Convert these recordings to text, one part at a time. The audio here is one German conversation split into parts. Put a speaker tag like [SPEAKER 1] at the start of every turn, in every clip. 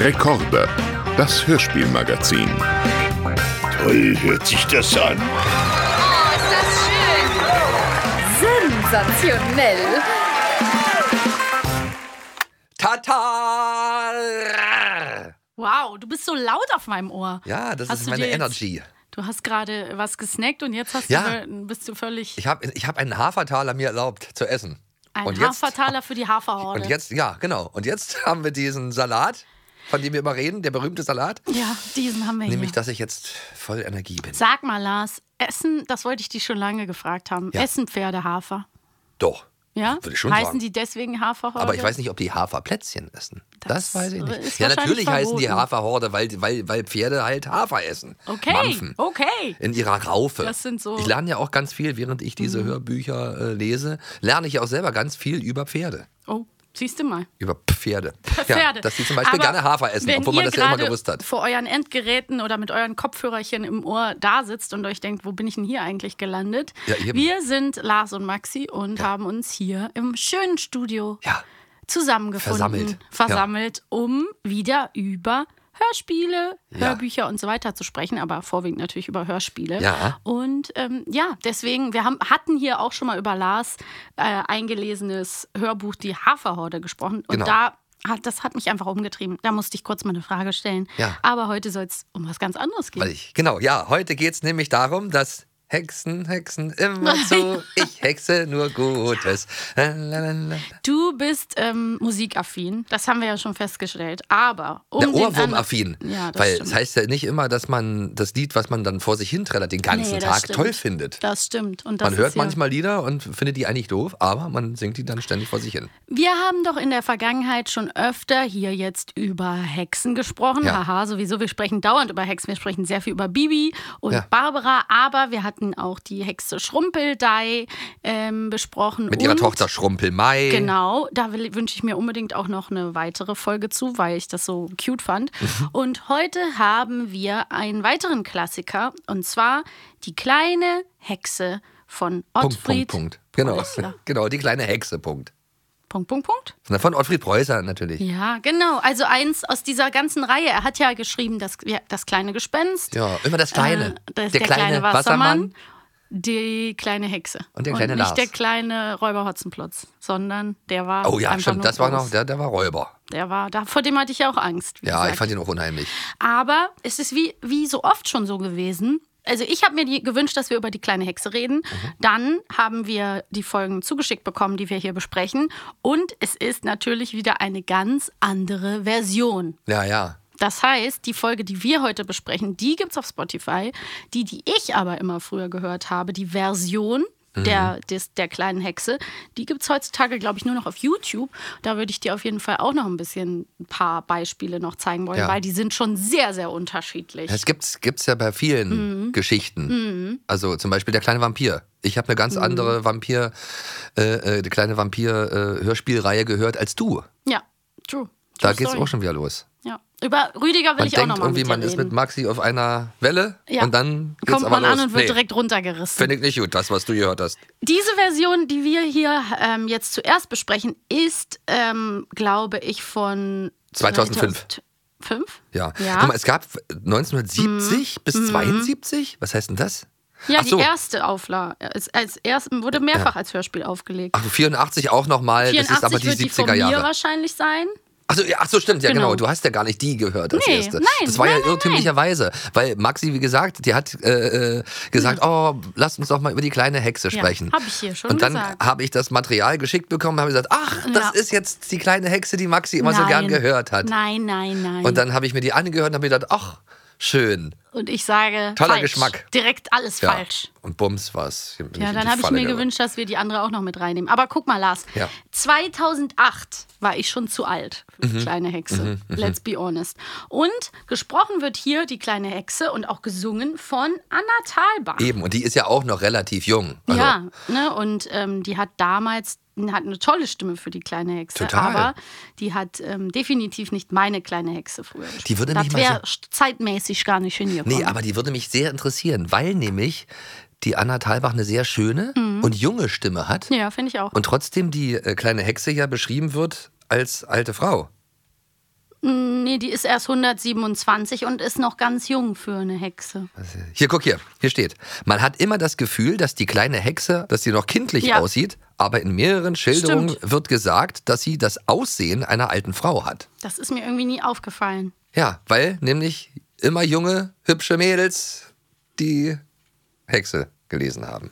[SPEAKER 1] Rekorde, das Hörspielmagazin.
[SPEAKER 2] Toll hört sich das an.
[SPEAKER 3] Oh, ist das schön! Sensationell!
[SPEAKER 4] Tata!
[SPEAKER 5] Wow, du bist so laut auf meinem Ohr.
[SPEAKER 4] Ja, das
[SPEAKER 5] Hast
[SPEAKER 4] ist
[SPEAKER 5] du
[SPEAKER 4] meine
[SPEAKER 5] dir jetzt-
[SPEAKER 4] Energy.
[SPEAKER 5] Du hast gerade was gesnackt und jetzt hast
[SPEAKER 4] Ja.
[SPEAKER 5] du, völ- bist du völlig
[SPEAKER 4] Ich habe ich hab einen Hafertaler mir erlaubt zu essen.
[SPEAKER 5] ein
[SPEAKER 4] und jetzt-
[SPEAKER 5] Hafertaler für die Haferhorde.
[SPEAKER 4] Und jetzt, ja, genau. Und jetzt haben wir diesen Salat, von dem wir immer reden, der berühmte Salat.
[SPEAKER 5] ja, diesen haben wir
[SPEAKER 4] Nämlich,
[SPEAKER 5] hier.
[SPEAKER 4] dass ich jetzt voll Energie bin.
[SPEAKER 5] Sag mal, Lars, Essen, das wollte ich dich schon lange gefragt haben.
[SPEAKER 4] Ja.
[SPEAKER 5] Essen Pferdehafer.
[SPEAKER 4] Doch.
[SPEAKER 5] Ja?
[SPEAKER 4] Würde ich schon
[SPEAKER 5] heißen
[SPEAKER 4] sagen.
[SPEAKER 5] die deswegen Haferhorde?
[SPEAKER 4] Aber ich weiß nicht, ob die Haferplätzchen essen. Das,
[SPEAKER 5] Das
[SPEAKER 4] weiß ich nicht.
[SPEAKER 5] ist
[SPEAKER 4] Ja,
[SPEAKER 5] wahrscheinlich
[SPEAKER 4] natürlich heißen die
[SPEAKER 5] verboten.
[SPEAKER 4] Haferhorde, weil, weil, weil Pferde halt Hafer essen.
[SPEAKER 5] Okay,
[SPEAKER 4] Mampfen.
[SPEAKER 5] okay.
[SPEAKER 4] In ihrer Raufe.
[SPEAKER 5] Das sind so- Mhm.
[SPEAKER 4] Ich lerne ja auch ganz viel, während ich diese Hörbücher äh, lese, lerne ich auch selber ganz viel über Pferde.
[SPEAKER 5] Oh, siehst du mal.
[SPEAKER 4] Über Pferde.
[SPEAKER 5] Pferde.
[SPEAKER 4] Ja, dass die zum Beispiel
[SPEAKER 5] Aber
[SPEAKER 4] gerne Hafer essen,
[SPEAKER 5] wenn
[SPEAKER 4] obwohl man
[SPEAKER 5] ihr
[SPEAKER 4] das ja immer
[SPEAKER 5] gerade
[SPEAKER 4] gewusst hat.
[SPEAKER 5] vor euren Endgeräten oder mit euren Kopfhörerchen im Ohr da sitzt und euch denkt, wo bin ich denn hier eigentlich gelandet?
[SPEAKER 4] Ja, eben.
[SPEAKER 5] Wir sind Lars und Maxi und haben uns hier im schönen Studio
[SPEAKER 4] Ja.
[SPEAKER 5] zusammengefunden.
[SPEAKER 4] Versammelt.
[SPEAKER 5] Versammelt, um wieder über Hörspiele, Hörbücher und so weiter zu sprechen, aber vorwiegend natürlich über Hörspiele.
[SPEAKER 4] Ja.
[SPEAKER 5] Und ähm, ja, deswegen, wir haben, hatten hier auch schon mal über Lars äh, eingelesenes Hörbuch Die Haferhorde gesprochen. Und
[SPEAKER 4] Genau.
[SPEAKER 5] da hat, das hat mich einfach umgetrieben. Da musste ich kurz mal eine Frage stellen.
[SPEAKER 4] Ja.
[SPEAKER 5] Aber heute soll es um was ganz anderes gehen.
[SPEAKER 4] Weil ich, genau, ja, heute geht es nämlich darum, dass Hexen, Hexen immer zu, ich hexe nur Gutes. Lalalala.
[SPEAKER 5] Du bist ähm, musikaffin, das haben wir ja schon festgestellt. Aber um
[SPEAKER 4] Der
[SPEAKER 5] den anderen-
[SPEAKER 4] Ohrwurmaffin.
[SPEAKER 5] Ja, das
[SPEAKER 4] Weil
[SPEAKER 5] stimmt.
[SPEAKER 4] es heißt ja nicht immer, dass man das Lied, was man dann vor sich hinträllert, den ganzen
[SPEAKER 5] Nee, das
[SPEAKER 4] Tag
[SPEAKER 5] stimmt.
[SPEAKER 4] toll findet.
[SPEAKER 5] Das stimmt. Und das
[SPEAKER 4] Man
[SPEAKER 5] ist
[SPEAKER 4] hört
[SPEAKER 5] ja-
[SPEAKER 4] manchmal Lieder und findet die eigentlich doof, aber man singt die dann ständig vor sich hin.
[SPEAKER 5] Wir haben doch in der Vergangenheit schon öfter hier jetzt über Hexen gesprochen.
[SPEAKER 4] Ja.
[SPEAKER 5] Haha, sowieso. Wir sprechen dauernd über Hexen. Wir sprechen sehr viel über Bibi und
[SPEAKER 4] Ja.
[SPEAKER 5] Barbara, aber wir hatten auch die Hexe Schrumpeldei ähm, besprochen.
[SPEAKER 4] Mit ihrer
[SPEAKER 5] und
[SPEAKER 4] Tochter Schrumpel Mai.
[SPEAKER 5] Genau, da will- wünsche ich mir unbedingt auch noch eine weitere Folge zu, weil ich das so cute fand.
[SPEAKER 4] Mhm.
[SPEAKER 5] Und heute haben wir einen weiteren Klassiker und zwar die kleine Hexe von
[SPEAKER 4] Punkt,
[SPEAKER 5] Ottfried.
[SPEAKER 4] Punkt, Punkt. Genau.
[SPEAKER 5] Preußler.
[SPEAKER 4] genau, die kleine Hexe, Punkt.
[SPEAKER 5] Punkt, Punkt, Punkt.
[SPEAKER 4] Na, Von Ottfried Preußer natürlich.
[SPEAKER 5] Ja, genau. Also eins aus dieser ganzen Reihe. Er hat ja geschrieben, das, ja, das kleine Gespenst.
[SPEAKER 4] Ja, immer das Kleine.
[SPEAKER 5] Äh, das,
[SPEAKER 4] Der
[SPEAKER 5] der,
[SPEAKER 4] kleine
[SPEAKER 5] kleine, Wassermann.
[SPEAKER 4] Wassermann.
[SPEAKER 5] Die kleine Hexe.
[SPEAKER 4] Und der kleine
[SPEAKER 5] und nicht
[SPEAKER 4] Lars.
[SPEAKER 5] der kleine Räuber Hotzenplotz, sondern der war.
[SPEAKER 4] Oh ja,
[SPEAKER 5] einfach
[SPEAKER 4] stimmt,
[SPEAKER 5] nur
[SPEAKER 4] das war
[SPEAKER 5] groß.
[SPEAKER 4] noch, der, der war Räuber.
[SPEAKER 5] Der war da. Vor dem hatte ich ja auch Angst. wie
[SPEAKER 4] Ja, ich
[SPEAKER 5] gesagt.
[SPEAKER 4] fand ihn auch unheimlich.
[SPEAKER 5] Aber es ist wie, wie so oft schon so gewesen. Also ich habe mir die, gewünscht, dass wir über die kleine Hexe reden. Dann haben wir die Folgen zugeschickt bekommen, die wir hier besprechen. Und es ist natürlich wieder eine ganz andere Version.
[SPEAKER 4] Ja, ja.
[SPEAKER 5] Das heißt, die Folge, die wir heute besprechen, die gibt's auf Spotify. Die, die ich aber immer früher gehört habe, die Version
[SPEAKER 4] Mhm.
[SPEAKER 5] der, des, der kleinen Hexe, die gibt's heutzutage, glaube ich, nur noch auf YouTube. Da würde ich dir auf jeden Fall auch noch ein bisschen ein paar Beispiele noch zeigen wollen,
[SPEAKER 4] Ja.
[SPEAKER 5] weil die sind schon sehr, sehr unterschiedlich.
[SPEAKER 4] Das gibt's, gibt's ja bei
[SPEAKER 5] Mhm.
[SPEAKER 4] vielen Geschichten. Also zum Beispiel der kleine Vampir. Ich habe eine
[SPEAKER 5] Mhm.
[SPEAKER 4] ganz andere Vampir, äh, äh, die kleine Vampir-Hörspielreihe gehört als du.
[SPEAKER 5] ja, true.
[SPEAKER 4] Da
[SPEAKER 5] True
[SPEAKER 4] geht's
[SPEAKER 5] Story.
[SPEAKER 4] auch schon wieder los.
[SPEAKER 5] Ja. Über Rüdiger will
[SPEAKER 4] Man
[SPEAKER 5] ich auch
[SPEAKER 4] denkt
[SPEAKER 5] noch mal
[SPEAKER 4] irgendwie,
[SPEAKER 5] mit dir
[SPEAKER 4] man ist mit
[SPEAKER 5] reden.
[SPEAKER 4] Maxi auf einer Welle
[SPEAKER 5] Ja.
[SPEAKER 4] und dann geht's
[SPEAKER 5] kommt
[SPEAKER 4] aber
[SPEAKER 5] man
[SPEAKER 4] los.
[SPEAKER 5] an und wird
[SPEAKER 4] Nee,
[SPEAKER 5] direkt runtergerissen.
[SPEAKER 4] Finde ich nicht gut, das, was du gehört hast.
[SPEAKER 5] Diese Version, die wir hier ähm, jetzt zuerst besprechen, ist, ähm, glaube ich, von
[SPEAKER 4] 2005.
[SPEAKER 5] 2005?
[SPEAKER 4] Ja.
[SPEAKER 5] Ja, Mhm.
[SPEAKER 4] Guck mal, es gab 1970 bis 72? Was heißt denn das?
[SPEAKER 5] ja
[SPEAKER 4] Ach so.
[SPEAKER 5] die erste Auflage. Als, als erst, wurde mehrfach als Hörspiel aufgelegt.
[SPEAKER 4] Ach, 84 auch nochmal, das ist aber die
[SPEAKER 5] wird die von
[SPEAKER 4] 70er
[SPEAKER 5] mir
[SPEAKER 4] Jahre.
[SPEAKER 5] wahrscheinlich sein.
[SPEAKER 4] Achso, ja, ach so, stimmt, ja genau.
[SPEAKER 5] Genau.
[SPEAKER 4] Du hast ja gar nicht die gehört als
[SPEAKER 5] Nee,
[SPEAKER 4] erste.
[SPEAKER 5] nein,
[SPEAKER 4] das war
[SPEAKER 5] nein,
[SPEAKER 4] ja
[SPEAKER 5] nein,
[SPEAKER 4] irrtümlicherweise. Weil Maxi, wie gesagt, die hat äh, äh, gesagt, oh, lasst uns doch mal über die kleine Hexe
[SPEAKER 5] Mhm. Ja,
[SPEAKER 4] sprechen.
[SPEAKER 5] hab ich hier schon
[SPEAKER 4] Und dann
[SPEAKER 5] gesagt.
[SPEAKER 4] habe ich das Material geschickt bekommen und habe gesagt, ach, das
[SPEAKER 5] Ja.
[SPEAKER 4] ist jetzt die kleine Hexe, die Maxi immer so
[SPEAKER 5] Nein.
[SPEAKER 4] gern gehört hat.
[SPEAKER 5] Nein, nein, nein.
[SPEAKER 4] Und dann habe ich mir die angehört und habe mir gedacht, ach, schön.
[SPEAKER 5] Und ich sage,
[SPEAKER 4] Toller
[SPEAKER 5] falsch.
[SPEAKER 4] Geschmack.
[SPEAKER 5] Direkt alles
[SPEAKER 4] Ja.
[SPEAKER 5] falsch.
[SPEAKER 4] Und bums war's. Bin ich
[SPEAKER 5] Ja,
[SPEAKER 4] in
[SPEAKER 5] dann
[SPEAKER 4] die
[SPEAKER 5] habe ich
[SPEAKER 4] Falle
[SPEAKER 5] mir
[SPEAKER 4] gerannt.
[SPEAKER 5] gewünscht, dass wir die andere auch noch mit reinnehmen. Aber guck mal, Lars.
[SPEAKER 4] Ja.
[SPEAKER 5] 2008 war ich schon zu alt für
[SPEAKER 4] Mhm.
[SPEAKER 5] die kleine Hexe. Let's be honest. Und gesprochen wird hier die kleine Hexe und auch gesungen von Anna Thalbach.
[SPEAKER 4] Eben, und die ist ja auch noch relativ jung. Also,
[SPEAKER 5] ja, ne? und ähm, die hat damals hat eine tolle Stimme für die kleine Hexe.
[SPEAKER 4] Total.
[SPEAKER 5] Aber die hat ähm, definitiv nicht meine kleine Hexe früher gesprochen.
[SPEAKER 4] Die würde
[SPEAKER 5] das
[SPEAKER 4] mich mal
[SPEAKER 5] wäre zeitmäßig gar nicht hingekommen.
[SPEAKER 4] Nee, aber die würde mich sehr interessieren, weil nämlich die Anna Thalbach eine sehr schöne und junge Stimme hat.
[SPEAKER 5] Mhm. ja, finde ich auch.
[SPEAKER 4] Und trotzdem die äh, kleine Hexe ja beschrieben wird als alte Frau.
[SPEAKER 5] Nee, die ist erst 127 und ist noch ganz jung für eine Hexe.
[SPEAKER 4] Hier, guck hier, hier steht. Man hat immer das Gefühl, dass die kleine Hexe, dass sie noch kindlich
[SPEAKER 5] Ja.
[SPEAKER 4] aussieht, aber in mehreren Schilderungen
[SPEAKER 5] Stimmt.
[SPEAKER 4] wird gesagt, dass sie das Aussehen einer alten Frau hat.
[SPEAKER 5] Das ist mir irgendwie nie aufgefallen.
[SPEAKER 4] Ja, weil nämlich immer junge, hübsche Mädels die Hexe gelesen haben.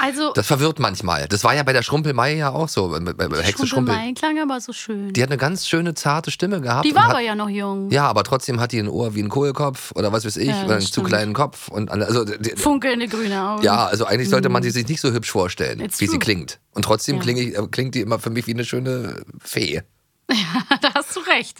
[SPEAKER 5] Also,
[SPEAKER 4] Das verwirrt manchmal. Das war ja bei der Schrumpelmei ja auch so. Bei, bei bei Hexe Schrumpel.
[SPEAKER 5] Schrumpelmei klang aber so schön.
[SPEAKER 4] Die hat eine ganz schöne, zarte Stimme gehabt.
[SPEAKER 5] Die
[SPEAKER 4] und
[SPEAKER 5] war
[SPEAKER 4] hat,
[SPEAKER 5] aber ja noch jung.
[SPEAKER 4] Ja, aber trotzdem hat die ein Ohr wie ein Kohlkopf oder was weiß ich,
[SPEAKER 5] Ja, das
[SPEAKER 4] oder einen zu
[SPEAKER 5] stimmt.
[SPEAKER 4] kleinen Kopf. Und alle- also, die,
[SPEAKER 5] Funkelnde grüne Augen.
[SPEAKER 4] ja, also eigentlich sollte man die sich nicht so hübsch vorstellen,
[SPEAKER 5] It's
[SPEAKER 4] wie sie
[SPEAKER 5] true.
[SPEAKER 4] klingt. Und trotzdem
[SPEAKER 5] Hm. Ja.
[SPEAKER 4] klinge ich, äh, klingt die immer für mich wie eine schöne Fee.
[SPEAKER 5] Da hast du recht.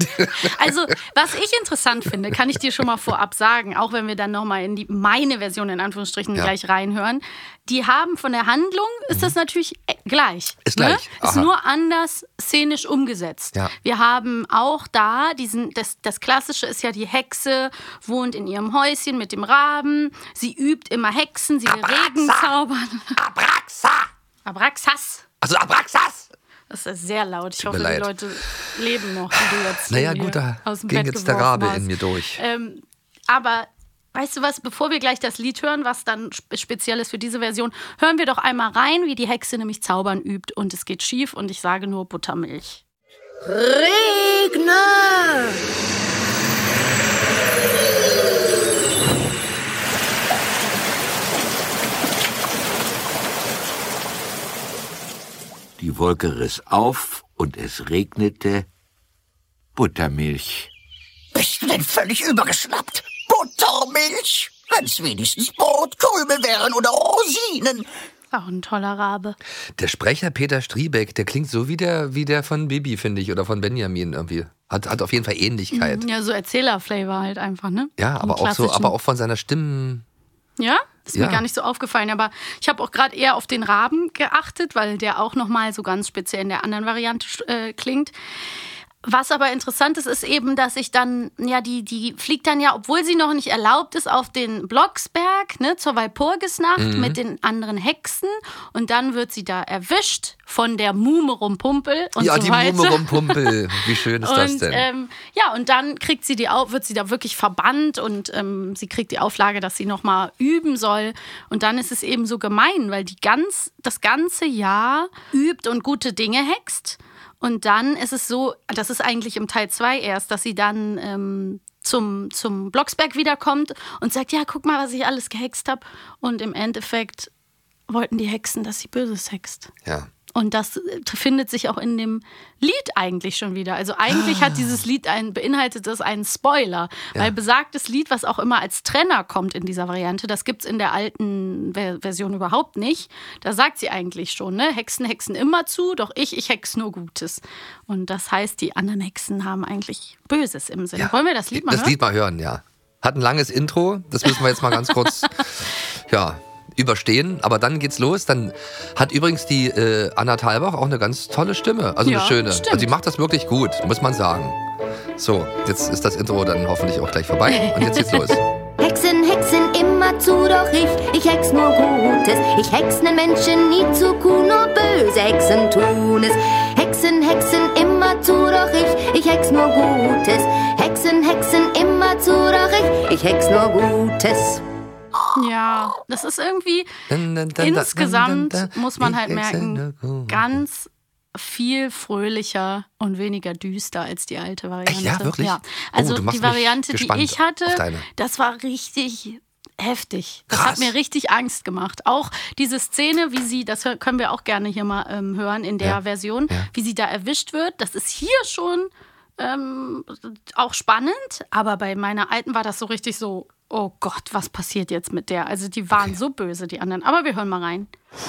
[SPEAKER 5] Also, was ich interessant finde, kann ich dir schon mal vorab sagen, auch wenn wir dann nochmal in die meine Version in Anführungsstrichen
[SPEAKER 4] Ja. Mhm.
[SPEAKER 5] gleich reinhören. Die haben von der Handlung ist das natürlich äh, gleich.
[SPEAKER 4] Ist gleich.
[SPEAKER 5] Ist
[SPEAKER 4] Aha.
[SPEAKER 5] nur anders szenisch umgesetzt.
[SPEAKER 4] Ja.
[SPEAKER 5] Wir haben auch da diesen, das, das Klassische ist ja die Hexe, wohnt in ihrem Häuschen mit dem Raben. Sie übt immer Hexen, sie will Regen zaubern.
[SPEAKER 4] Abraxa!
[SPEAKER 5] Abraxas.
[SPEAKER 4] Also Abraxas!
[SPEAKER 5] Das ist sehr laut. Ich hoffe,
[SPEAKER 4] leid.
[SPEAKER 5] die Leute leben noch, die du jetzt
[SPEAKER 4] Naja,
[SPEAKER 5] hier
[SPEAKER 4] gut, da
[SPEAKER 5] aus dem
[SPEAKER 4] ging
[SPEAKER 5] Bett
[SPEAKER 4] jetzt der
[SPEAKER 5] geworfen
[SPEAKER 4] Rabe
[SPEAKER 5] hast.
[SPEAKER 4] in mir durch.
[SPEAKER 5] Ähm, aber weißt du was, bevor wir gleich das Lied hören, was dann spe- speziell ist für diese Version, hören wir doch einmal rein, wie die Hexe nämlich zaubern übt und es geht schief und ich sage nur Buttermilch.
[SPEAKER 6] Regne!
[SPEAKER 2] Die Wolke riss auf und es regnete Buttermilch.
[SPEAKER 7] Bist du denn völlig übergeschnappt? Buttermilch? Wenn's wenigstens Brotkrümel wären oder Rosinen.
[SPEAKER 5] Auch ein toller Rabe.
[SPEAKER 4] Der Sprecher Peter Striebeck, der klingt so wie der, wie der von Bibi, finde ich, oder von Benjamin irgendwie. Hat, hat auf jeden Fall Ähnlichkeit.
[SPEAKER 5] Ja, so Erzähler-Flavor halt einfach, ne?
[SPEAKER 4] Ja,
[SPEAKER 5] Vom
[SPEAKER 4] aber auch, so,
[SPEAKER 5] klassischen.
[SPEAKER 4] aber auch von seiner Stimmen.
[SPEAKER 5] Ja, ist
[SPEAKER 4] Ja.
[SPEAKER 5] mir gar nicht so aufgefallen, aber ich habe auch gerade eher auf den Raben geachtet, weil der auch noch mal so ganz speziell in der anderen Variante äh, klingt. Was aber interessant ist, ist eben, dass ich dann, ja, die, die fliegt dann ja, obwohl sie noch nicht erlaubt ist, auf den Blocksberg, ne, zur Walpurgisnacht
[SPEAKER 4] Mhm.
[SPEAKER 5] mit den anderen Hexen. Und dann wird sie da erwischt von der Mumerumpumpel und
[SPEAKER 4] ja,
[SPEAKER 5] so
[SPEAKER 4] die
[SPEAKER 5] weiter.
[SPEAKER 4] Mumme rumpumpel. Wie schön ist
[SPEAKER 5] Und
[SPEAKER 4] das denn?
[SPEAKER 5] Ähm, ja, und dann kriegt sie die Au- wird sie da wirklich verbannt und ähm, sie kriegt die Auflage, dass sie nochmal üben soll. Und dann ist es eben so gemein, weil die ganz, das ganze Jahr übt und gute Dinge hext. Und dann ist es so, das ist eigentlich im Teil 2 erst, dass sie dann ähm, zum, zum Blocksberg wiederkommt und sagt, ja, guck mal, was ich alles gehext habe. Und im Endeffekt wollten die Hexen, dass sie Böses hext.
[SPEAKER 4] ja.
[SPEAKER 5] Und das äh, findet sich auch in dem Lied eigentlich schon wieder. Also eigentlich
[SPEAKER 4] Ah.
[SPEAKER 5] hat dieses Lied ein, beinhaltet das einen Spoiler. Weil besagtes Lied, was auch immer als Trenner kommt in dieser Variante, das gibt es in der alten Ver Version überhaupt nicht. Da sagt sie eigentlich schon, ne? Hexen hexen immer zu, doch ich, ich hex nur Gutes. Und das heißt, die anderen Hexen haben eigentlich Böses im Sinn.
[SPEAKER 4] ja.
[SPEAKER 5] Wollen wir das Lied mal
[SPEAKER 4] Das
[SPEAKER 5] hören?
[SPEAKER 4] Lied mal hören, ja. Hat ein langes Intro, das müssen wir jetzt mal ganz kurz ja, überstehen. Aber dann geht's los. Dann hat übrigens die äh, Anna Thalbach auch eine ganz tolle Stimme. Also
[SPEAKER 5] Ja,
[SPEAKER 4] eine schöne.
[SPEAKER 5] stimmt.
[SPEAKER 4] Also die macht das wirklich gut, muss man sagen. So, jetzt ist das Intro dann hoffentlich auch gleich vorbei. Und jetzt geht's los.
[SPEAKER 8] Hexen, Hexen, immer zu, doch ich, ich hex nur Gutes. Ich hex nen Menschen nie zu Kuh, nur böse Hexen tun es. Hexen, Hexen, immer zu, doch ich, ich hex nur Gutes. Hexen, Hexen, immer zu, doch ich, ich hex nur Gutes.
[SPEAKER 5] Ja, das ist irgendwie insgesamt muss man halt merken, ganz viel fröhlicher und weniger düster als die alte Variante.
[SPEAKER 4] Echt, ja, wirklich?
[SPEAKER 5] Ja.
[SPEAKER 4] Oh,
[SPEAKER 5] Also
[SPEAKER 4] du machst
[SPEAKER 5] die
[SPEAKER 4] mich
[SPEAKER 5] Variante, die
[SPEAKER 4] gespannt
[SPEAKER 5] ich hatte,
[SPEAKER 4] auf deine.
[SPEAKER 5] das war richtig heftig. Das
[SPEAKER 4] Krass.
[SPEAKER 5] hat mir richtig Angst gemacht. Auch diese Szene, wie sie, das hö- können wir auch gerne hier mal ähm, hören in der
[SPEAKER 4] Ja,
[SPEAKER 5] Version,
[SPEAKER 4] ja.
[SPEAKER 5] wie sie da erwischt wird, das ist hier schon ähm, auch spannend, aber bei meiner alten war das so richtig so, oh Gott, was passiert jetzt mit der? Also die waren so böse, die anderen. Aber wir hören mal rein.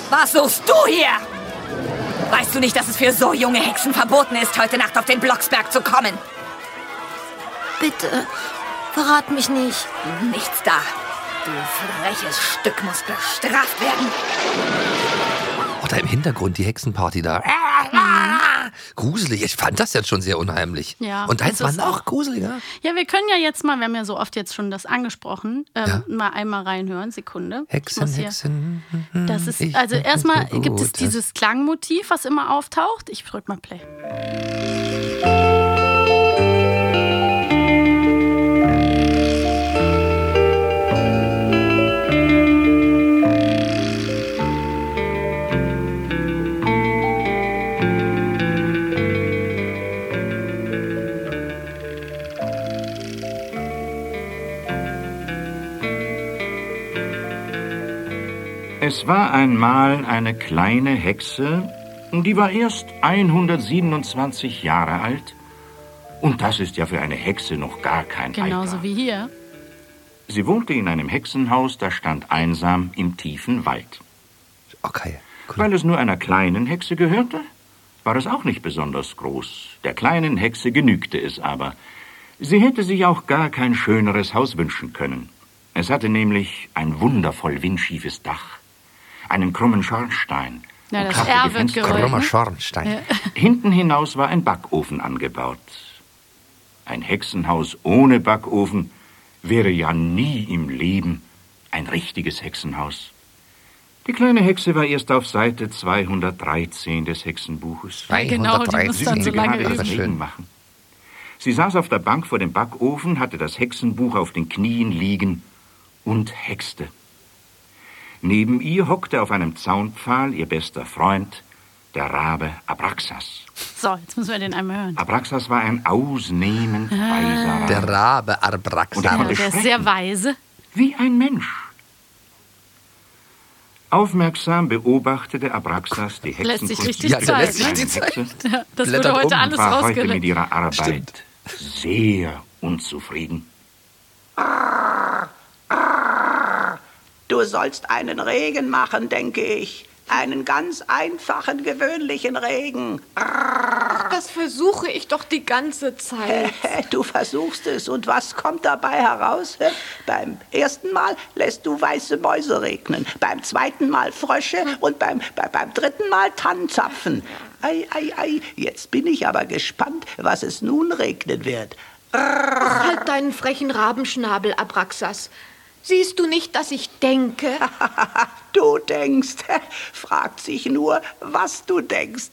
[SPEAKER 6] Was suchst du hier? Weißt du nicht, dass es für so junge Hexen verboten ist, heute Nacht auf den Blocksberg zu kommen?
[SPEAKER 8] Bitte, verrat mich nicht.
[SPEAKER 6] Nichts da. Du freches Stück musst bestraft werden.
[SPEAKER 4] Oder Oh, im Hintergrund die Hexenparty da.
[SPEAKER 5] Mhm.
[SPEAKER 4] Ah, Gruselig. Ich fand das jetzt schon sehr unheimlich.
[SPEAKER 5] Ja,
[SPEAKER 4] Und eins
[SPEAKER 5] es
[SPEAKER 4] war
[SPEAKER 5] ist
[SPEAKER 4] noch gruseliger.
[SPEAKER 5] Ja, wir können ja jetzt mal, wir haben ja so oft jetzt schon das angesprochen, ähm,
[SPEAKER 4] Ja.
[SPEAKER 5] mal einmal reinhören, Sekunde. Ich
[SPEAKER 4] Hexen,
[SPEAKER 5] muss hier-
[SPEAKER 4] Hexen.
[SPEAKER 5] Das ist,
[SPEAKER 4] Ich
[SPEAKER 5] also
[SPEAKER 4] weiß
[SPEAKER 5] erstmal
[SPEAKER 4] nicht,
[SPEAKER 5] gibt es
[SPEAKER 4] gut,
[SPEAKER 5] dieses Klangmotiv, was immer auftaucht. Ich drück mal Play.
[SPEAKER 9] Es war einmal eine kleine Hexe, die war erst 127 Jahre alt. Und das ist ja für eine Hexe noch gar kein
[SPEAKER 5] Genauso
[SPEAKER 9] Alter.
[SPEAKER 5] wie hier.
[SPEAKER 9] Sie wohnte in einem Hexenhaus, das stand einsam im tiefen Wald.
[SPEAKER 4] Okay. Cool.
[SPEAKER 9] Weil es nur einer kleinen Hexe gehörte, war es auch nicht besonders groß. Der kleinen Hexe genügte es aber. Sie hätte sich auch gar kein schöneres Haus wünschen können. Es hatte nämlich ein wundervoll windschiefes Dach, einen krummen Schornstein.
[SPEAKER 5] Ja,
[SPEAKER 9] und
[SPEAKER 5] das
[SPEAKER 9] kraftige
[SPEAKER 5] R wird
[SPEAKER 9] Fenster.
[SPEAKER 5] gerollt.
[SPEAKER 4] Krummer Schornstein.
[SPEAKER 9] Hinten hinaus war ein Backofen angebaut. Ein Hexenhaus ohne Backofen wäre ja nie im Leben ein richtiges Hexenhaus. Die kleine Hexe war erst auf Seite 213 des Hexenbuches.
[SPEAKER 5] Genau, die muss dann so
[SPEAKER 4] 113.
[SPEAKER 5] lange
[SPEAKER 4] Ach,
[SPEAKER 9] gerade
[SPEAKER 4] das ist
[SPEAKER 5] üben. Mhm.
[SPEAKER 9] Regen
[SPEAKER 4] schön.
[SPEAKER 9] machen. Sie saß auf der Bank vor dem Backofen, hatte das Hexenbuch auf den Knien liegen und hexte. Neben ihr hockte auf einem Zaunpfahl ihr bester Freund, der Rabe Abraxas.
[SPEAKER 5] So, jetzt müssen wir den einmal
[SPEAKER 4] Ah,
[SPEAKER 5] hören.
[SPEAKER 9] Abraxas war ein
[SPEAKER 5] Ah.
[SPEAKER 9] ausnehmend weiser Rabe.
[SPEAKER 4] Der Rabe
[SPEAKER 9] Und er
[SPEAKER 4] Arbraxa.
[SPEAKER 9] konnte
[SPEAKER 5] Ja, der ist
[SPEAKER 9] sprechen.
[SPEAKER 5] sehr weise.
[SPEAKER 9] wie ein Mensch. Aufmerksam beobachtete Abraxas die
[SPEAKER 5] Lässt sich
[SPEAKER 9] Hexenkunst.
[SPEAKER 5] richtig
[SPEAKER 4] Ja, der
[SPEAKER 5] Zeit,
[SPEAKER 4] lässt sich
[SPEAKER 5] ne?
[SPEAKER 4] die Zeit.
[SPEAKER 5] Das
[SPEAKER 4] Blättert
[SPEAKER 5] wurde heute
[SPEAKER 4] um,
[SPEAKER 5] alles
[SPEAKER 9] war heute mit
[SPEAKER 5] rausgelegt.
[SPEAKER 9] ihrer Arbeit
[SPEAKER 4] Stimmt.
[SPEAKER 9] sehr unzufrieden.
[SPEAKER 10] Du sollst einen Regen machen, denke ich. Einen ganz einfachen, gewöhnlichen Regen.
[SPEAKER 11] Das versuche ich doch die ganze Zeit.
[SPEAKER 10] Du versuchst es und was kommt dabei heraus? Beim ersten Mal lässt du weiße Mäuse regnen, beim zweiten Mal Frösche
[SPEAKER 11] Hm.
[SPEAKER 10] und beim, bei, beim dritten Mal Tannenzapfen. Ei, ei, ei, jetzt bin ich aber gespannt, was es nun regnen wird.
[SPEAKER 11] Ach, halt deinen frechen Rabenschnabel, Abraxas. Siehst du nicht, dass ich denke?
[SPEAKER 10] Du denkst, fragt sich nur, was du denkst.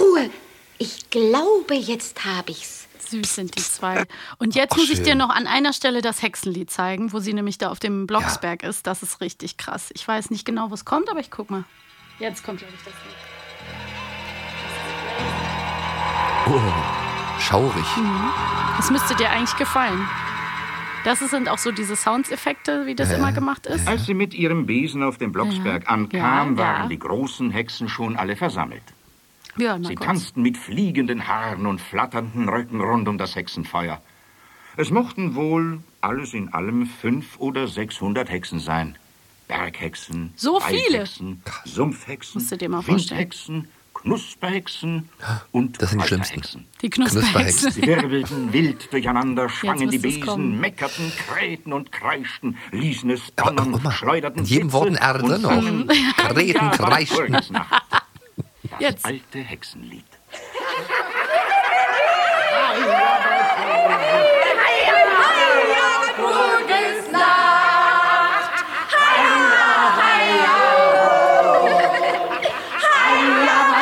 [SPEAKER 8] Ruhe. Ich glaube, jetzt hab ich's.
[SPEAKER 5] Süß sind die zwei. Und jetzt muss ich dir noch an einer Stelle das Hexenlied zeigen, wo sie nämlich da auf dem Blocksberg ist. Das ist richtig krass. Ich weiß nicht genau, wo es kommt, aber ich guck mal. Jetzt kommt, glaube ich, das Lied.
[SPEAKER 4] Oh, Schaurig.
[SPEAKER 5] Das müsste dir eigentlich gefallen. Das sind auch so diese Soundseffekte, wie das immer gemacht ist.
[SPEAKER 9] Als sie mit ihrem Besen auf dem Blocksberg
[SPEAKER 5] Ja.
[SPEAKER 9] ankam,
[SPEAKER 5] Ja, ja.
[SPEAKER 9] waren die großen Hexen schon alle versammelt.
[SPEAKER 5] Wir hören mal
[SPEAKER 9] Sie
[SPEAKER 5] kurz.
[SPEAKER 9] tanzten mit fliegenden Haaren und flatternden Röcken rund um das Hexenfeuer. Es mochten wohl alles in allem fünf oder sechshundert Hexen sein. Berghexen,
[SPEAKER 5] So viele?
[SPEAKER 9] Waldhexen, Sumpfhexen,
[SPEAKER 5] Musst du dir mal vorstellen.
[SPEAKER 9] Windhexen, Knusperhexen und
[SPEAKER 4] Das sind die
[SPEAKER 9] Kräuterhexen.
[SPEAKER 4] schlimmsten.
[SPEAKER 5] Die
[SPEAKER 4] Knusperhexe.
[SPEAKER 5] Knusperhexe.
[SPEAKER 9] Sie wirbelten wild durcheinander, schwangen die
[SPEAKER 5] müsste es
[SPEAKER 9] Besen,
[SPEAKER 5] kommen.
[SPEAKER 9] meckerten, krähten und kreischten, ließen es
[SPEAKER 4] Aber auch
[SPEAKER 9] donnern,
[SPEAKER 4] immer
[SPEAKER 9] schleuderten
[SPEAKER 4] in jedem
[SPEAKER 9] Blitze
[SPEAKER 4] Wort ein R
[SPEAKER 9] und
[SPEAKER 4] drin noch.
[SPEAKER 5] Hm.
[SPEAKER 9] sangen
[SPEAKER 4] Krähten,
[SPEAKER 5] genau.
[SPEAKER 9] Ja, war
[SPEAKER 4] kreischten.
[SPEAKER 9] Walpurgisnacht. Das
[SPEAKER 5] Jetzt.
[SPEAKER 9] alte Hexenlied.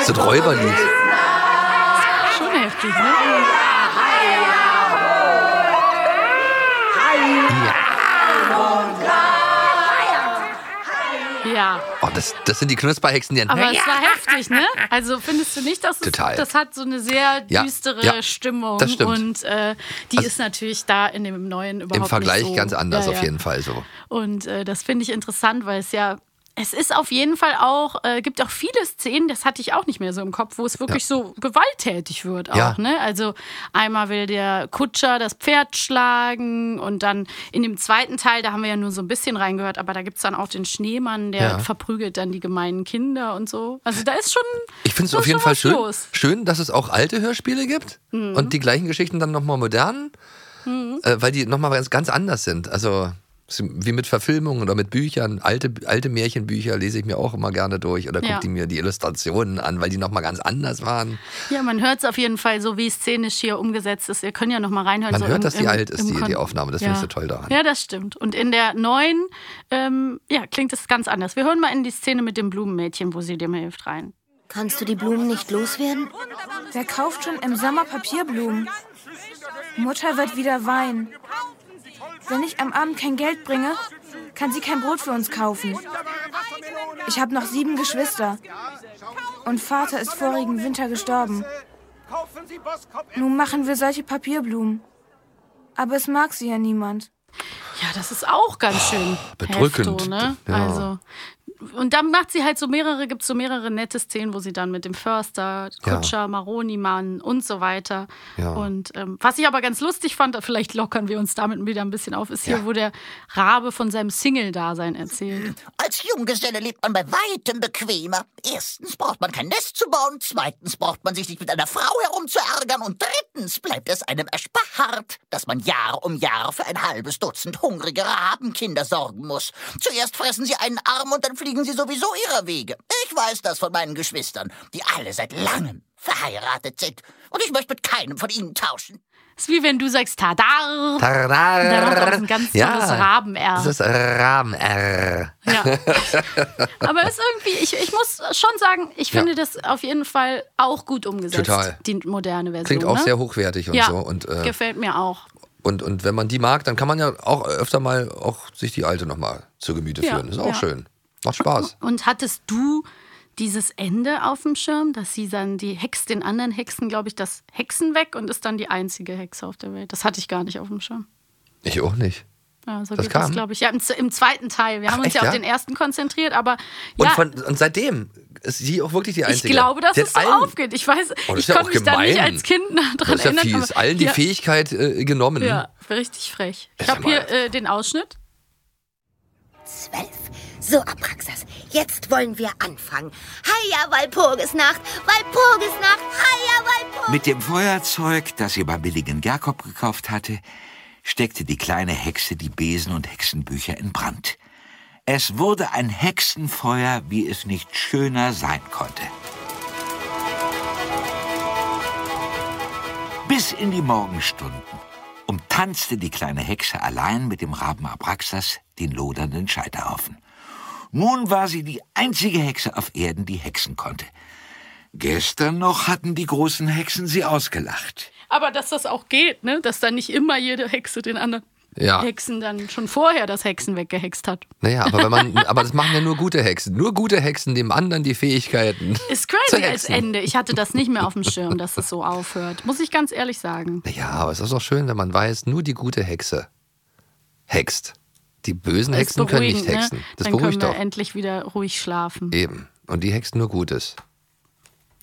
[SPEAKER 4] So ein Räuberlied.
[SPEAKER 5] Schon heftig, ne? Ja.
[SPEAKER 4] Oh, das, das sind die Knusperhexen, die
[SPEAKER 5] Aber es war heftig, ne? Also findest du nicht, dass es,
[SPEAKER 4] Total.
[SPEAKER 5] das hat so eine sehr
[SPEAKER 4] Ja,
[SPEAKER 5] düstere
[SPEAKER 4] ja,
[SPEAKER 5] Stimmung
[SPEAKER 4] das stimmt. Also
[SPEAKER 5] und äh, die ist natürlich da in dem neuen überhaupt
[SPEAKER 4] im Vergleich
[SPEAKER 5] nicht so.
[SPEAKER 4] ganz anders
[SPEAKER 5] Ja,
[SPEAKER 4] auf
[SPEAKER 5] ja.
[SPEAKER 4] jeden Fall so.
[SPEAKER 5] Und äh, das finde ich interessant, weil es ja es ist auf jeden Fall auch äh, gibt auch viele Szenen, das hatte ich auch nicht mehr so im Kopf, wo es wirklich so gewalttätig wird auch,
[SPEAKER 4] Ja.
[SPEAKER 5] ne? Also einmal will der Kutscher das Pferd schlagen und dann in dem zweiten Teil, da haben wir ja nur so ein bisschen reingehört, aber da gibt es dann auch den Schneemann, der
[SPEAKER 4] Ja.
[SPEAKER 5] verprügelt dann die gemeinen Kinder und so. Also da ist schon
[SPEAKER 4] Ich finde es
[SPEAKER 5] da
[SPEAKER 4] auf
[SPEAKER 5] ist
[SPEAKER 4] jeden
[SPEAKER 5] schon
[SPEAKER 4] Fall
[SPEAKER 5] was
[SPEAKER 4] schön,
[SPEAKER 5] Los. Mhm.
[SPEAKER 4] schön, dass es auch alte Hörspiele gibt und die gleichen Geschichten dann nochmal modern, äh, weil die nochmal ganz, ganz anders sind. Also s- wie mit Verfilmungen oder mit Büchern. Alte, alte Märchenbücher lese ich mir auch immer gerne durch oder
[SPEAKER 5] Ja.
[SPEAKER 4] gucke die mir die Illustrationen an, weil die nochmal ganz anders waren.
[SPEAKER 5] Ja, man hört es auf jeden Fall so, wie szenisch hier umgesetzt ist. Wir können ja noch mal reinhören.
[SPEAKER 4] Man
[SPEAKER 5] so
[SPEAKER 4] hört,
[SPEAKER 5] im,
[SPEAKER 4] dass die
[SPEAKER 5] im,
[SPEAKER 4] alt ist,
[SPEAKER 5] im
[SPEAKER 4] die- die
[SPEAKER 5] Kon-
[SPEAKER 4] Aufnahme. Das
[SPEAKER 5] ja.
[SPEAKER 4] finde ich so toll daran.
[SPEAKER 5] Ja, das stimmt. Und in der neuen, ähm, ja, klingt es ganz anders. Wir hören mal in die Szene mit dem Blumenmädchen, wo sie dem hilft, rein.
[SPEAKER 8] Kannst du die Blumen nicht loswerden?
[SPEAKER 11] Wer kauft schon im Sommer Papierblumen? Mutter wird wieder weinen. Wenn ich am Abend kein Geld bringe, kann sie kein Brot für uns kaufen. Ich habe noch sieben Geschwister. Und Vater ist vorigen Winter gestorben. Nun machen wir solche Papierblumen. Aber es mag sie ja niemand.
[SPEAKER 5] Ja, das ist auch ganz schön.
[SPEAKER 4] Ah, bedrückend.
[SPEAKER 5] Hefto, ne?
[SPEAKER 4] Ja.
[SPEAKER 5] Also, und dann macht sie halt so mehrere, gibt es so mehrere nette Szenen, wo sie dann mit dem Förster, Kutscher, Maroni-Mann und so weiter.
[SPEAKER 4] Ja.
[SPEAKER 5] Und ähm, was ich aber ganz lustig fand, vielleicht lockern wir uns damit wieder ein bisschen auf, ist
[SPEAKER 7] Ja.
[SPEAKER 5] hier, wo der Rabe von seinem Single-Dasein erzählt.
[SPEAKER 7] Als Junggeselle lebt man bei weitem bequemer. Erstens braucht man kein Nest zu bauen, zweitens braucht man sich nicht mit einer Frau herumzuärgern und drittens bleibt es einem erspart, dass man Jahr um Jahr für ein halbes Dutzend hungrige Rabenkinder sorgen muss. Zuerst fressen sie einen Arm und dann fliegen sie sowieso ihrer Wege. Ich weiß das von meinen Geschwistern, die alle seit langem verheiratet sind. Und ich möchte mit keinem von ihnen tauschen.
[SPEAKER 5] Ist wie wenn du sagst, Tadar. Da macht auch ein ganz
[SPEAKER 4] Ja.
[SPEAKER 5] tolles Raben-R.
[SPEAKER 4] Das ist Rahmen.
[SPEAKER 5] Ja. Aber es ist irgendwie, ich, ich muss schon sagen, ich
[SPEAKER 4] Ja.
[SPEAKER 5] finde das auf jeden Fall auch gut umgesetzt.
[SPEAKER 4] Total.
[SPEAKER 5] Die moderne Version.
[SPEAKER 4] Klingt auch
[SPEAKER 5] ne?
[SPEAKER 4] sehr hochwertig und
[SPEAKER 5] ja,
[SPEAKER 4] so. Und, äh,
[SPEAKER 5] gefällt mir auch.
[SPEAKER 4] und, und wenn man die mag, dann kann man ja auch öfter mal auch sich die alte nochmal zu Gemüte
[SPEAKER 5] Ja,
[SPEAKER 4] führen. Ist auch
[SPEAKER 5] ja.
[SPEAKER 4] schön. Macht Spaß.
[SPEAKER 5] Und hattest du dieses Ende auf dem Schirm, dass sie dann die Hex, den anderen Hexen, glaube ich, das Hexen weg und ist dann die einzige Hexe auf der Welt. Das hatte ich gar nicht auf dem Schirm.
[SPEAKER 4] Ich auch nicht.
[SPEAKER 5] Ja, so
[SPEAKER 4] Das
[SPEAKER 5] geht
[SPEAKER 4] kam?
[SPEAKER 5] das, glaube ich. Ja, im, im zweiten Teil. Wir haben uns
[SPEAKER 4] echt,
[SPEAKER 5] ja auf
[SPEAKER 4] ja?
[SPEAKER 5] den ersten konzentriert, aber
[SPEAKER 4] Und,
[SPEAKER 5] ja,
[SPEAKER 4] von, und seitdem ist sie auch wirklich die
[SPEAKER 5] ich
[SPEAKER 4] Einzige.
[SPEAKER 5] glaube, dass
[SPEAKER 4] Sie hat
[SPEAKER 5] es so
[SPEAKER 4] allen-
[SPEAKER 5] aufgeht. Ich weiß,
[SPEAKER 4] Oh, das
[SPEAKER 5] ich
[SPEAKER 4] ist ja
[SPEAKER 5] konnte
[SPEAKER 4] auch
[SPEAKER 5] mich da nicht
[SPEAKER 4] gemein.
[SPEAKER 5] als Kind nah dran
[SPEAKER 4] Das ist ja
[SPEAKER 5] erinnern.
[SPEAKER 4] fies.
[SPEAKER 5] aber-
[SPEAKER 4] Allen die
[SPEAKER 5] ja.
[SPEAKER 4] Fähigkeit äh, genommen.
[SPEAKER 5] Ja, richtig frech. Ich habe hier äh, den Ausschnitt.
[SPEAKER 12] So, Apraxas, jetzt wollen wir anfangen. Heia Walpurgisnacht, Walpurgisnacht, heia Walpurgisnacht.
[SPEAKER 2] Mit dem Feuerzeug, das sie beim billigen Jakob gekauft hatte, steckte die kleine Hexe die Besen und Hexenbücher in Brand. Es wurde ein Hexenfeuer, wie es nicht schöner sein konnte. Bis in die Morgenstunden umtanzte die kleine Hexe allein mit dem Raben Abraxas den lodernden Scheiterhaufen. Nun war sie die einzige Hexe auf Erden, die hexen konnte. Gestern noch hatten die großen Hexen sie ausgelacht.
[SPEAKER 5] Aber dass das auch geht, ne? dass dann nicht immer jede Hexe den anderen
[SPEAKER 4] Ja.
[SPEAKER 5] Hexen dann schon vorher das Hexen weggehext hat.
[SPEAKER 4] Naja, aber wenn man, aber das machen ja nur gute Hexen. Nur gute Hexen dem anderen die Fähigkeiten.
[SPEAKER 5] Ist
[SPEAKER 4] zu
[SPEAKER 5] crazy als
[SPEAKER 4] hexen.
[SPEAKER 5] Ende. Ich hatte das nicht mehr auf dem Schirm, dass es so aufhört. Muss ich ganz ehrlich sagen.
[SPEAKER 4] Ja, aber es ist auch schön, wenn man weiß, nur die gute Hexe hext. Die bösen
[SPEAKER 5] Ist
[SPEAKER 4] Hexen können nicht
[SPEAKER 5] beruhigend,
[SPEAKER 4] hexen.
[SPEAKER 5] Ne?
[SPEAKER 4] Das
[SPEAKER 5] dann
[SPEAKER 4] beruhigt
[SPEAKER 5] können
[SPEAKER 4] doch.
[SPEAKER 5] wir endlich wieder ruhig schlafen.
[SPEAKER 4] Eben. Und die hexen nur Gutes.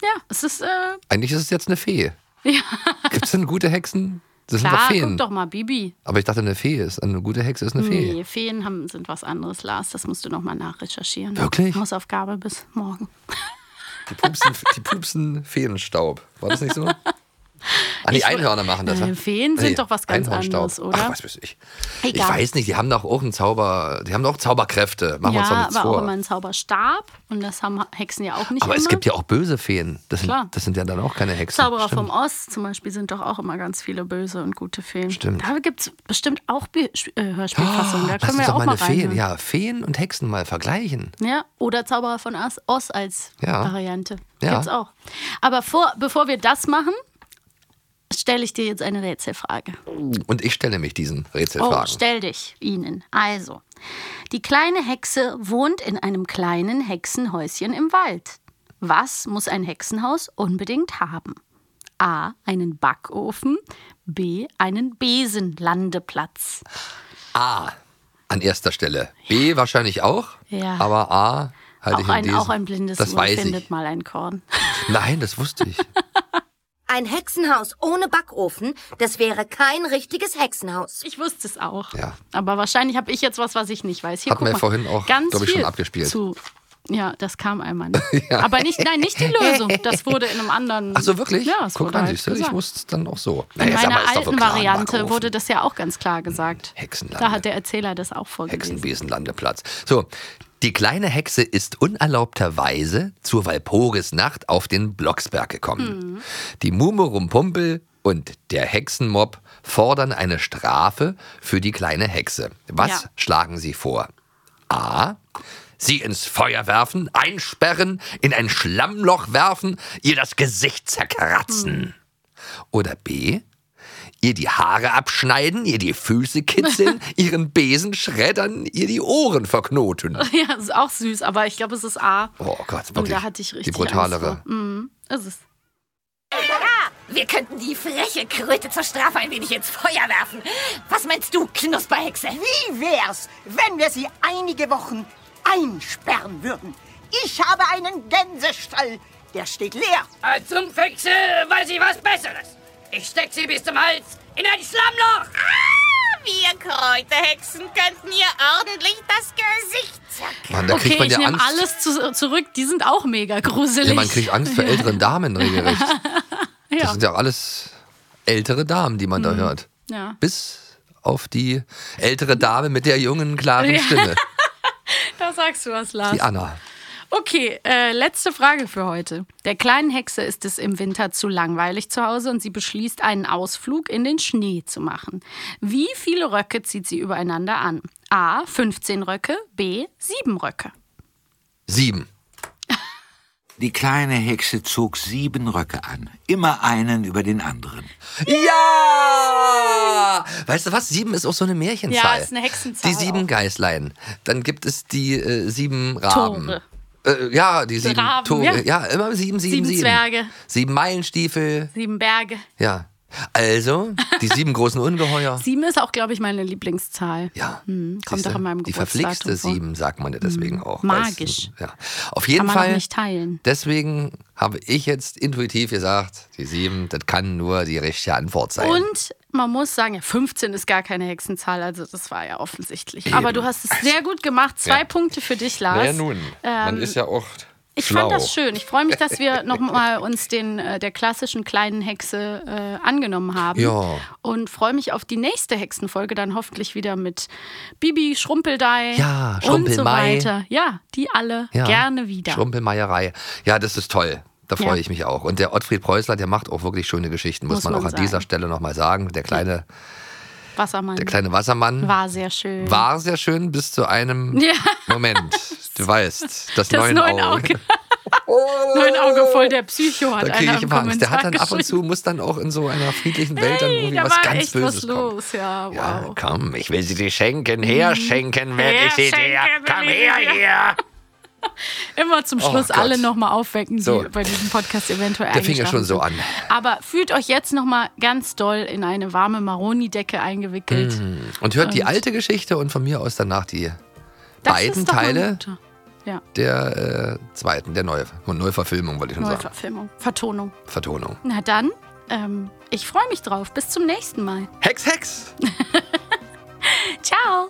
[SPEAKER 5] Ja, es ist, äh,
[SPEAKER 4] Eigentlich ist es jetzt eine Fee.
[SPEAKER 5] ja,
[SPEAKER 4] Gibt es denn gute Hexen? Das sind doch
[SPEAKER 5] klar,
[SPEAKER 4] Feen.
[SPEAKER 5] guck doch mal, Bibi.
[SPEAKER 4] Aber ich dachte, eine Fee ist eine gute Hexe ist eine Fee.
[SPEAKER 5] Nee, Feen haben, sind was anderes, Lars. Das musst du nochmal nachrecherchieren.
[SPEAKER 4] Wirklich?
[SPEAKER 5] Hausaufgabe bis morgen.
[SPEAKER 4] Die pupsen, die pupsen Feenstaub. War das nicht so? Ah, die
[SPEAKER 5] Ich-
[SPEAKER 4] Einhörner machen das.
[SPEAKER 5] Äh,
[SPEAKER 4] wa?
[SPEAKER 5] Feen sind doch was ganz
[SPEAKER 4] Einhornstaub.
[SPEAKER 5] anderes, oder?
[SPEAKER 4] Ach, was weiß ich. Ich
[SPEAKER 5] Egal.
[SPEAKER 4] weiß nicht, die haben doch auch einen Zauber, die haben doch auch Zauberkräfte. Machen wir uns doch
[SPEAKER 5] ja,
[SPEAKER 4] nichts
[SPEAKER 5] aber auch
[SPEAKER 4] vor.
[SPEAKER 5] immer ein Zauberstab. Und das haben Hexen ja auch nicht
[SPEAKER 4] aber
[SPEAKER 5] immer.
[SPEAKER 4] es gibt ja auch böse Feen. Das sind,
[SPEAKER 5] Klar.
[SPEAKER 4] das sind ja dann auch keine Hexen.
[SPEAKER 5] Zauberer
[SPEAKER 4] Stimmt.
[SPEAKER 5] vom Ost zum Beispiel sind doch auch immer ganz viele böse und gute Feen.
[SPEAKER 4] Stimmt. Oh,
[SPEAKER 5] Da gibt es bestimmt auch Be äh, Hörspielfassungen. Da
[SPEAKER 4] Lass
[SPEAKER 5] können
[SPEAKER 4] uns
[SPEAKER 5] wir
[SPEAKER 4] doch
[SPEAKER 5] auch
[SPEAKER 4] mal eine
[SPEAKER 5] mal
[SPEAKER 4] Feen,
[SPEAKER 5] rein. ne?
[SPEAKER 4] ja, Feen und Hexen mal vergleichen.
[SPEAKER 5] Ja, oder Zauberer von Ost, Ost als
[SPEAKER 4] Ja.
[SPEAKER 5] Variante.
[SPEAKER 4] Ja.
[SPEAKER 5] Gibt's auch. Aber vor, bevor wir das machen, stelle ich dir jetzt eine Rätselfrage.
[SPEAKER 4] Und ich stelle mich diesen
[SPEAKER 5] Oh,
[SPEAKER 4] Rätselfragen.
[SPEAKER 5] stell dich ihnen. Also, die kleine Hexe wohnt in einem kleinen Hexenhäuschen im Wald. Was muss ein Hexenhaus unbedingt haben? A. Einen Backofen. B. Einen Besenlandeplatz.
[SPEAKER 4] A an erster Stelle. B wahrscheinlich auch.
[SPEAKER 5] Ja.
[SPEAKER 4] Aber A halte ich in
[SPEAKER 5] auch, ein,
[SPEAKER 4] diesen.
[SPEAKER 5] auch ein blindes
[SPEAKER 4] das
[SPEAKER 5] Huhn
[SPEAKER 4] weiß
[SPEAKER 5] findet
[SPEAKER 4] ich.
[SPEAKER 5] mal ein Korn.
[SPEAKER 4] Nein, das wusste ich.
[SPEAKER 12] Ein Hexenhaus ohne Backofen, das wäre kein richtiges Hexenhaus.
[SPEAKER 5] Ich wusste es auch.
[SPEAKER 4] Ja.
[SPEAKER 5] Aber wahrscheinlich habe ich jetzt was, was ich nicht weiß. Hier,
[SPEAKER 4] Hatten
[SPEAKER 5] guck
[SPEAKER 4] wir
[SPEAKER 5] mal.
[SPEAKER 4] vorhin auch,
[SPEAKER 5] Ganz
[SPEAKER 4] glaub ich, schon
[SPEAKER 5] viel
[SPEAKER 4] abgespielt.
[SPEAKER 5] Zu. Ja, das kam einmal. Ne? Aber nicht, nein, nicht die Lösung. Das wurde in einem anderen.
[SPEAKER 4] Ach so, wirklich?
[SPEAKER 5] Ja, es
[SPEAKER 4] Guck
[SPEAKER 5] wurde
[SPEAKER 4] an,
[SPEAKER 5] halt
[SPEAKER 4] siehst du, ich
[SPEAKER 5] gesagt.
[SPEAKER 4] wusste es dann auch so.
[SPEAKER 5] In
[SPEAKER 4] sag mal,
[SPEAKER 5] meiner
[SPEAKER 4] ist doch wohl
[SPEAKER 5] alten
[SPEAKER 4] klar,
[SPEAKER 5] Variante
[SPEAKER 4] Backofen,
[SPEAKER 5] wurde das ja auch ganz klar gesagt.
[SPEAKER 4] Hexenlande.
[SPEAKER 5] Da hat der Erzähler das auch vorgelesen.
[SPEAKER 4] Hexenbesenlandeplatz. So, die kleine Hexe ist unerlaubterweise zur Walpurgisnacht auf den Blocksberg gekommen. Die Mumorumpumpel und der Hexenmob fordern eine Strafe für die kleine Hexe. Was
[SPEAKER 13] Ja.
[SPEAKER 4] schlagen sie vor? A. Sie ins Feuer werfen, einsperren, in ein Schlammloch werfen, ihr das Gesicht zerkratzen. Oder B. Ihr die Haare abschneiden, ihr die Füße kitzeln, ihren Besen schreddern, ihr die Ohren verknoten.
[SPEAKER 5] Ja, ist auch süß, aber ich glaube, es ist A.
[SPEAKER 4] Oh Gott,
[SPEAKER 5] Und
[SPEAKER 4] wirklich.
[SPEAKER 5] da hatte ich
[SPEAKER 4] die
[SPEAKER 5] richtig
[SPEAKER 4] brutalere.
[SPEAKER 5] Angst vor. Mhm, ist es.
[SPEAKER 6] Wir könnten die freche Kröte zur Strafe ein wenig ins Feuer werfen. Was meinst du, Knusperhexe?
[SPEAKER 14] Wie wär's, wenn wir sie einige Wochen
[SPEAKER 13] einsperren würden. Ich habe einen Gänsestall. Der steht leer.
[SPEAKER 14] Zum Fixel weiß ich was Besseres. Ich steck sie bis zum Hals in ein Schlammloch.
[SPEAKER 15] Ah, Wir Kräuterhexen könnten ihr ordentlich das Gesicht zerknallen.
[SPEAKER 4] Mann, da kriegt
[SPEAKER 5] Mm. okay,
[SPEAKER 4] man ja
[SPEAKER 5] ich nehme
[SPEAKER 4] Angst.
[SPEAKER 5] alles zu, zurück. Die sind auch mega gruselig.
[SPEAKER 4] Ja, man kriegt Angst vor älteren Damen regelrecht. Das
[SPEAKER 5] Ja.
[SPEAKER 4] sind ja alles ältere Damen, die man da
[SPEAKER 5] Mhm.
[SPEAKER 4] hört.
[SPEAKER 5] Ja.
[SPEAKER 4] Bis auf die ältere Dame mit der jungen, klaren
[SPEAKER 5] Ja.
[SPEAKER 4] Stimme.
[SPEAKER 5] Da sagst du was, Lars.
[SPEAKER 4] Die Anna.
[SPEAKER 5] Okay, äh, letzte Frage für heute. Der kleinen Hexe ist es im Winter zu langweilig zu Hause und sie beschließt, einen Ausflug in den Schnee zu machen. Wie viele Röcke zieht sie übereinander an? A. 15 Röcke, B. 7 Röcke.
[SPEAKER 4] Sieben.
[SPEAKER 2] Die kleine Hexe zog sieben Röcke an, immer einen über den anderen.
[SPEAKER 4] Ja! Weißt du was? Sieben ist auch so eine Märchenzahl.
[SPEAKER 5] Ja, ist eine Hexenzahl
[SPEAKER 4] Die sieben
[SPEAKER 5] auch.
[SPEAKER 4] Geißlein. Dann gibt es die äh, sieben Raben.
[SPEAKER 5] Tore.
[SPEAKER 4] Äh, ja, die sieben
[SPEAKER 5] Raben,
[SPEAKER 4] Tore.
[SPEAKER 5] ja.
[SPEAKER 4] ja, immer sieben, sieben,
[SPEAKER 5] Sieben Zwerge.
[SPEAKER 4] Sieben Meilenstiefel.
[SPEAKER 5] 7 Berge.
[SPEAKER 4] Ja. Also, die sieben großen Ungeheuer.
[SPEAKER 5] 7 ist auch, glaube ich, meine Lieblingszahl. Ja. Hm, kommt
[SPEAKER 4] Siehste?
[SPEAKER 5] auch in meinem
[SPEAKER 4] Die
[SPEAKER 5] Geburtsdatum
[SPEAKER 4] verflixte
[SPEAKER 5] vor. Hm,
[SPEAKER 4] sieben, sagt man ja deswegen auch.
[SPEAKER 5] Magisch.
[SPEAKER 4] Weißt du? Ja. Auf
[SPEAKER 5] Kann
[SPEAKER 4] jeden
[SPEAKER 5] man
[SPEAKER 4] Fall.
[SPEAKER 5] auch nicht teilen.
[SPEAKER 4] Deswegen habe ich jetzt intuitiv gesagt, die sieben, das kann nur die richtige Antwort sein.
[SPEAKER 5] Und man muss sagen, ja, 15 ist gar keine Hexenzahl, also das war ja offensichtlich.
[SPEAKER 4] Eben.
[SPEAKER 5] Aber du hast es sehr gut gemacht. Zwei
[SPEAKER 4] Ja.
[SPEAKER 5] Punkte für dich, Lars. Ähm,
[SPEAKER 4] auch.
[SPEAKER 5] Ich fand das schön. Ich freue mich, dass wir nochmal uns den, äh, der klassischen kleinen Hexe äh, angenommen haben.
[SPEAKER 4] Ja.
[SPEAKER 5] Und freue mich auf die nächste Hexenfolge, dann hoffentlich wieder mit Bibi, Schrumpeldei
[SPEAKER 4] Ja,
[SPEAKER 5] und so
[SPEAKER 4] Schrumpelmai.
[SPEAKER 5] weiter. Ja, die alle gerne wieder.
[SPEAKER 4] Schrumpelmeierei. Ja, das ist toll. Da freue
[SPEAKER 5] Ja.
[SPEAKER 4] ich mich auch. Und der Ottfried Preußler, der macht auch wirklich schöne Geschichten, muss,
[SPEAKER 5] Muss
[SPEAKER 4] man auch
[SPEAKER 5] man
[SPEAKER 4] an
[SPEAKER 5] sagen.
[SPEAKER 4] dieser Stelle nochmal sagen. Der kleine,
[SPEAKER 5] Wassermann.
[SPEAKER 4] der kleine Wassermann war,
[SPEAKER 5] war sehr schön.
[SPEAKER 4] sehr schön bis zu einem
[SPEAKER 5] Ja.
[SPEAKER 4] Moment. Du weißt, das,
[SPEAKER 5] Das Neunauge.
[SPEAKER 4] Neunauge.
[SPEAKER 5] Neun Auge voll der Psycho hat
[SPEAKER 4] Da kriege
[SPEAKER 5] einer
[SPEAKER 4] Oh. ich
[SPEAKER 5] im
[SPEAKER 4] immer Angst. Der hat
[SPEAKER 5] Kommentar
[SPEAKER 4] dann ab und
[SPEAKER 5] geschrieben.
[SPEAKER 4] zu, muss dann auch in so einer friedlichen Welt dann irgendwie
[SPEAKER 5] da
[SPEAKER 4] was
[SPEAKER 5] war
[SPEAKER 4] ganz
[SPEAKER 5] echt
[SPEAKER 4] Böses
[SPEAKER 5] was los, ja. Wow.
[SPEAKER 4] Ja, komm, ich will sie dir schenken. Her, schenken werde ich sie dir.
[SPEAKER 5] Herschenken
[SPEAKER 4] Komm
[SPEAKER 5] will ich
[SPEAKER 4] her,
[SPEAKER 5] dir.
[SPEAKER 4] hier.
[SPEAKER 5] Immer zum
[SPEAKER 4] Oh
[SPEAKER 5] Schluss
[SPEAKER 4] Gott.
[SPEAKER 5] alle nochmal aufwecken,
[SPEAKER 4] So.
[SPEAKER 5] die bei diesem Podcast eventuell
[SPEAKER 4] Der fing ja schon
[SPEAKER 5] eingeschlafen
[SPEAKER 4] so an.
[SPEAKER 5] sind. Aber fühlt euch jetzt nochmal ganz doll in eine warme Maronidecke eingewickelt.
[SPEAKER 4] Mm. Und hört die
[SPEAKER 5] Und-
[SPEAKER 4] alte Geschichte und von mir aus danach die
[SPEAKER 5] Das
[SPEAKER 4] beiden
[SPEAKER 5] ist doch mal
[SPEAKER 4] Teile
[SPEAKER 5] gut. Ja,
[SPEAKER 4] der äh, zweiten, der neue, Neuverfilmung, wollte ich schon
[SPEAKER 5] neue
[SPEAKER 4] sagen.
[SPEAKER 5] Verfilmung, Vertonung.
[SPEAKER 4] Vertonung.
[SPEAKER 5] Na dann, ähm, ich freue mich drauf. Bis zum nächsten Mal.
[SPEAKER 4] Hex, Hex!
[SPEAKER 5] Ciao.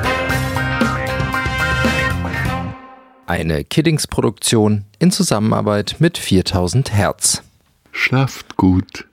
[SPEAKER 16] Eine Kiddings-Produktion in Zusammenarbeit mit 4000 Hertz.
[SPEAKER 1] Schlaft gut.